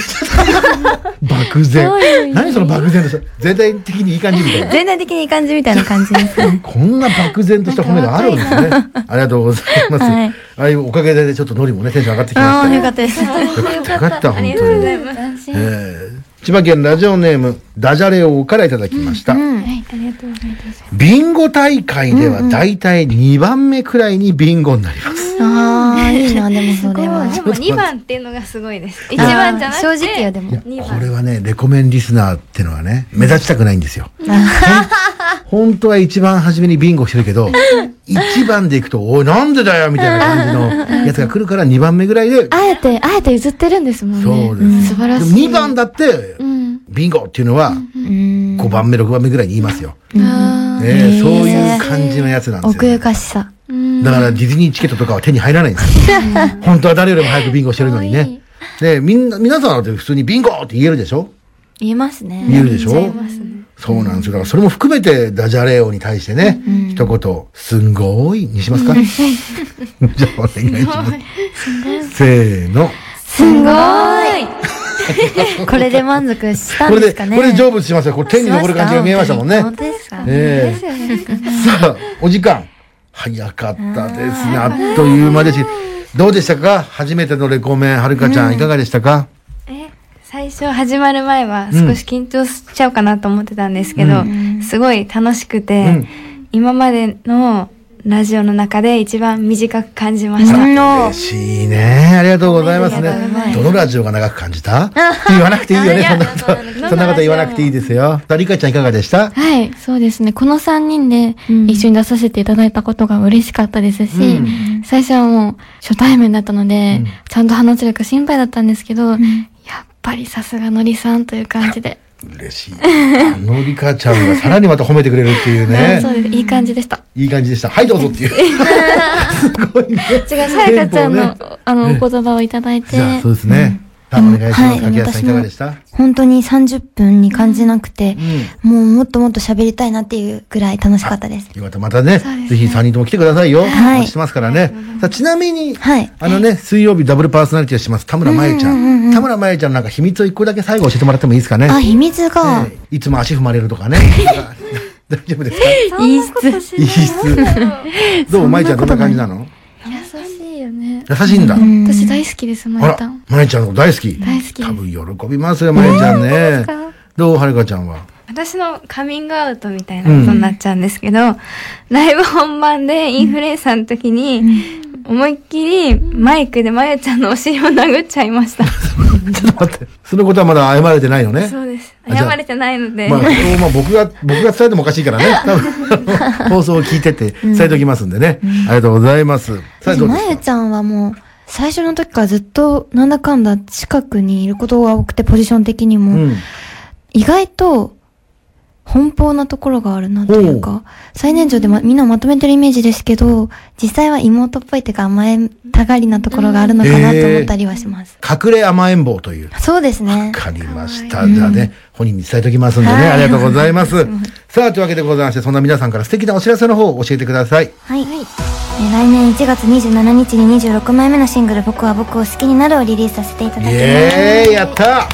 S3: 漠然。何その漠然とした全体的にいい感じみたい
S1: [LAUGHS]
S3: な。
S1: 全体的にいい感じみたいな感じですね。
S3: こんな漠然とした褒めがあるんですね。ありがとうございます。
S1: はい
S3: あい、おかげでちょっとノリもね、テンション上がってき
S1: [LAUGHS]
S3: ま
S1: ああ、
S3: し
S1: よかったです。
S3: た。よかった、本当に。えー千葉県ラジオネーム、ダジャレ王からいただきました。ビンゴ大会ではだいたい2番目くらいにビンゴになります。
S1: ああ、いいな、でもそれは。
S5: でも2番っていうのがすごいです。1
S1: あー
S5: 番じゃなくて。
S1: 正直よ、でも
S3: いや。
S5: 二番
S3: これはねレコメンリスナーってのはね目立ちたくないんですよ本当は一番初めにビンゴしてるけど一番でいくと「おいなんでだよ」みたいな感じのやつが来るから二番目ぐらいで
S6: あえて、あえて譲ってるんですもんね。
S3: そうです
S6: ん素晴ら
S3: で
S6: し
S3: も
S6: い。
S3: 2番だって
S6: うん。
S3: ビンゴっていうのは
S1: うん。
S3: 5番目6番目ぐらいに言いますよ、
S6: あー
S3: ねそういう感じのやつなんです
S1: 奥
S3: よ
S1: ゆかしさ。
S6: うん
S3: だからディズニーチケットとかは手に入らないんですよ。本当は誰よりも早くビンゴしてるのにね。で、みんな、皆さんだって普通にビンゴって言えるでしょ
S1: 言えますね。
S3: 言えるでしょそうなんですよ。だからそれも含めてダジャレ王に対してね、一言、すんごーいにし
S1: [LAUGHS]
S3: ますかじゃあお願いします。せーの。
S1: すんごいこれで満足したん
S3: これ
S1: で
S3: で、
S1: す
S3: こ
S1: かね
S3: れで成仏しましたよ。これ天に昇る感じが見えましたもんね。
S1: 本当ですか
S3: ええさあ、お時間。早かったですね。あっという間ですし。どうでしたか初めてのレコメン、はるかちゃん、いかがでしたか、
S5: え最初始まる前は少し緊張しちゃうかなと思ってたんですけど、すごい楽しくて、
S3: うん
S5: 今までのラジオの中で一番短く感じました。
S3: 嬉しいね。ありがとうございますね。どのラジオが長く感じ [LAUGHS] た言わなくていいよね。 [LAUGHS] そんなこと、そんなこと言わなくていいですよ。さあ、りかちゃんいかがでした
S6: はい、そうですね。この3人で一緒に出させていただいたことが嬉しかったですし、
S3: うん
S6: 最初はもう初対面だったので、ちゃんと話せるか心配だったんですけど、やっぱりさすがのりさんという感じで、
S3: 嬉しい。あのりかちゃんがさらにまた褒めてくれるっていうね
S6: そ。うです。いい感じでした。
S3: いい感じでした。はい、どうぞっていう。すごいね。
S6: 違う、さやかちゃん
S3: テン
S6: の、
S3: ポをね
S6: あの、お言葉をいただいて
S3: じ、ゃあ、そうですね。さあ、お願いしま
S1: は
S3: す。
S1: い
S3: かけやさんいかがでした
S1: 本当に30分に感じなくて、
S3: うん。
S1: もうもっともっと喋りたいなっていうぐらい楽しかったです。
S3: よかった。またね、ぜひ3人とも来てくださいよ。
S1: はい
S3: お待ちしてますからね。さあちなみに、
S1: はい
S3: あのね、水曜日ダブルパーソナリティをします、田村まゆちゃん。田村まゆちゃんのなんか秘密を一個だけ最後教えてもらってもいいですかね。
S1: あ、秘密が、
S3: ねいつも足踏まれるとかね。大丈夫ですか
S1: いい質。
S3: いい質。どうまゆちゃんどんな感じなの
S6: 優しいよね。
S3: 優しいんだ。
S6: 私大好きです、ま
S3: あ
S6: ゆた
S3: ら
S6: ん。、
S3: まゆちゃんのこと大好き。
S6: 大好きです
S3: 多分喜びますよ、まゆちゃんね。どうはるかちゃんは。
S5: 私のカミングアウトみたいなことになっちゃうんですけど、ライブ本番でインフルエンサーの時に、思いっきりマイクでまゆちゃんのお尻を殴っちゃいました。
S3: ちょっと待って。そのことはまだ謝られてないよね。
S5: [LAUGHS] そうです。
S3: あじゃあ
S5: [LAUGHS] 謝れてないので。
S3: まあ、それをまあ僕が、僕が伝えてもおかしいからね。多分放送を聞いてて伝えておきますんでね。ありがとうございます。さあ、どうで
S1: ますゆ
S3: か
S1: ちゃんはもう、最初の時からずっと、なんだかんだ近くにいることが多くて、ポジション的にも。
S3: うん。
S1: 意外と、奔放なところがあるなという
S3: ほ
S1: か、最年長で、ま、みんなをまとめてるイメージですけど、実際は妹っぽいっていうか甘えたがりなところがあるのかなと思ったりはします。
S3: 隠れ甘えん坊という。
S1: そうですね
S3: わ。かりました。じゃあね、本人に伝えておきますんでね。ありがとうございます。 [LAUGHS] さあ、というわけでございまして、そんな皆さんから素敵なお知らせの方を教えてください。
S9: はい、えー来年1月27日に26枚目のシングル「僕は僕を好きになる」をリリースさせていただき
S3: イ
S9: ます
S3: エーイやった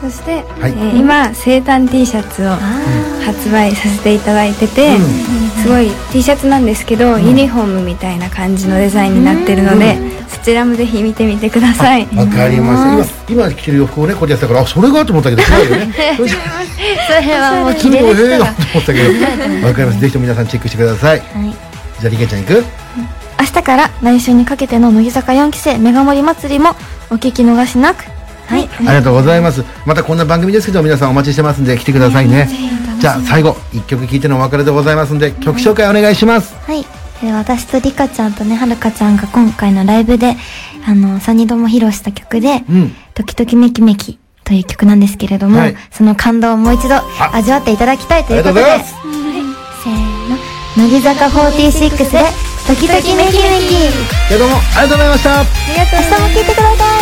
S5: そし
S3: い
S5: て、えー今生誕 T シャツを発売させていただいてて、すごい T シャツなんですけど、ユニフォームみたいな感じのデザインになってるので、そちらもぜひ見てみてください。
S3: わかりました。今、今着てる洋服をね、こうやってやってたから、あ、それがと思ったけ [LAUGHS] ど、違うよね。それじゃ
S1: それはもう
S3: 普通 [LAUGHS] のええなと思ったけど。わかります。ぜひとも皆さんチェックしてください。じゃあ、りけちゃん行く
S6: 明日から来週にかけての乃木坂4期生メガ盛り祭りもお聞き逃しなく。はい。
S3: ありがとうございます。またこんな番組ですけど、皆さんお待ちしてますんで、来てくださいね。じゃあ、最後、一曲聴いてのお別れでございますんで、曲紹介お願いします。
S9: はい、えー私とリカちゃんとねはるかちゃんが今回のライブであの3人とも披露した曲で
S3: うん。
S9: 「ドキドキメキメキ」という曲なんですけれども、
S3: はい
S9: その感動をもう一度味わっていただきたいということで
S3: ありがとうございます
S9: せーの乃木坂46で「ドキドキメキメキ
S3: いやどうも、ありがとうございました。」
S9: 明日も聴いてください